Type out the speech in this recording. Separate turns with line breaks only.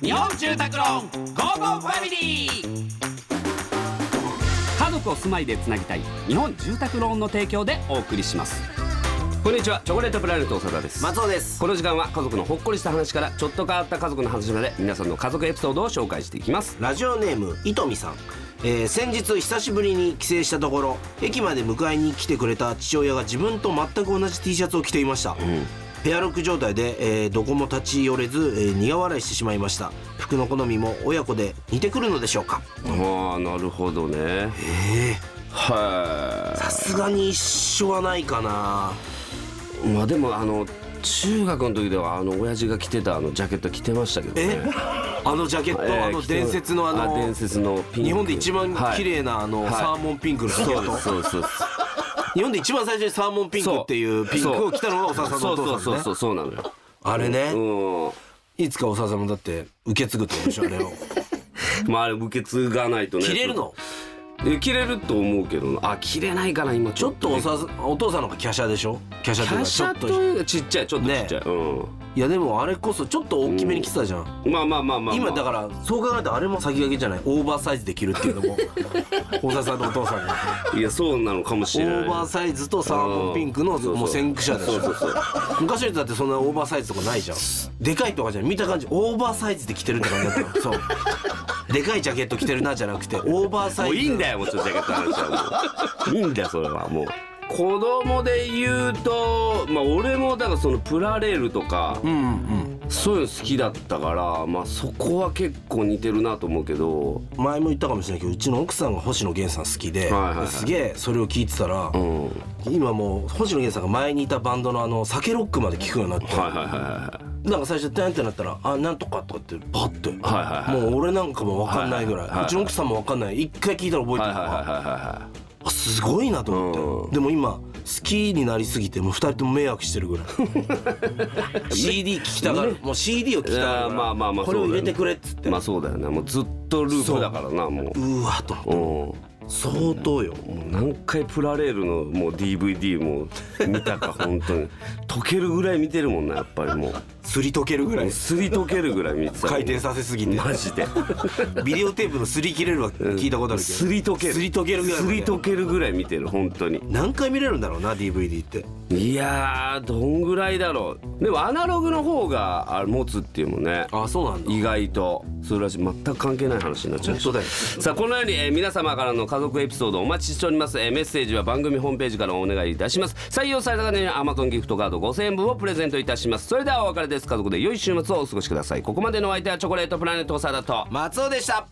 日本住宅ローンゴーゴーファミリー家族を住まいでつなぎたい日本住宅ローンの提供でお送りしますこんにちはチョコレートプラネット長田です
松尾です
この時間は家族のほっこりした話からちょっと変わった家族の話まで皆さんの家族エピソードを紹介していきます
ラジオネームいとみさん、えー先日久しぶりに帰省したところ駅まで迎えに来てくれた父親が自分と全く同じ T シャツを着ていました、ペアロック状態で、えーどこも立ち寄れず、えー苦笑いしてしまいました服の好みも親子で似てくるのでしょうか
ああなるほどね
え
は
さすがに一緒はないかない
まあでもあの中学の時ではあの親父が着てたあのジャケット着てましたけどね
えあのジャケット、
えー
あの
着て
伝説のあの
伝説のピンク
日本で一番綺麗
は
なあの、
い
サーモンピンクのジャケッ
い
ト
そうですそうです
日本で一番最初にサーモンピンクっていうピンクを着たのがおささんのお父
そうそ
さん
うそう
ね
そうそうなのよ
あれね、
う
いつかおささんもだって受け継ぐってことでしょあれを
んまああれ受け継がないとね
着れるの
え切れると思うけどなあ切れないかな今
ちょっとおさお父さんの方が華奢でしょ華奢っていう
華
かちょっ
奢と
と
いうかちっちゃいちょっとちっちゃい、
いやでもあれこそちょっと大きめに着てたじゃん、
うんまあまあまあまあ、まあ、
今だからそう考えるとあれも先駆けじゃないオーバーサイズで着るっていうの もおささんのお父さんが
いやそうなのかもし
オ
れない
ーバーサイズとサーモンピンクの
うんそうそう
もう先駆者でしょ
そうそうそう
昔の人だってそんなオーバーサイズとかないじゃんでかいとかじゃない見た感じオーバーサイズで着てるんだからだったのそうでかいジャケット着てるなじゃなくてオーバーサイ
も
ズ
ういいんだよもうちょっとジャケットの話はもういいんだよそれはもう子供で言うとまあ俺もだからそのプラレールとか、
うんうん
そういうの好きだったからまあそこは結構似てるなと思うけど
前も言ったかもしれないけどうちの奥さんが星野源さん好きで、
はいはいはい
すげえそれを聞いてたら、
うんはい
今もう星野源さんが前にいたバンドのあの酒ロックまで聞くようになって、
はいはいは
なんか最初ダンってなったら「あなんとか」とかってパッて、
はいはいはい
もう俺なんかも分かんないぐらい、
はいはいはいう
ちの奥さんも分かんない一回聞いたら覚
い
えて
はい
るか
は
ら、
いはいはいはい
あすごいなと思って、
うん
でも今好きになりすぎてもう2人とも迷惑してるぐ らい CD 聴きたがる、もう CD を聴きたがるから
いやまあまあまあ
これを
そうだ
入れ
よね
てくれっつって、
まあそうだよねもうずっとループだからなも
うーわと思って
ううん
相当よ
もう何回プラレールのもう DVD も見たか本当に溶けるぐらい見てるもんなやっぱりもう
すり溶けるぐらい
すり溶けるぐらい見てたもん
回転させすぎて
マジで
ビデオテープのすり切れるは聞いたことあるけど
すり溶ける
すり溶けるぐらい
す
まで
り溶けるぐらい見てる本当に
何回見れるんだろうな DVD って
いやーどんぐらいだろうでもアナログの方があ持つっていうもんね
あそうなんだ
意外とそれらしい全く関係ない話になっちゃう
本当だよ
さあこのように、えー皆様からの家族エピソードお待ちしております、えーメッセージは番組ホームページからお願いいたします採用された方には Amazon ギフトカード5000円分をプレゼントいたしますそれではお別れです家族で良い週末をお過ごしくださいここまでのお相手はチョコレートプラネット長田と
松尾でした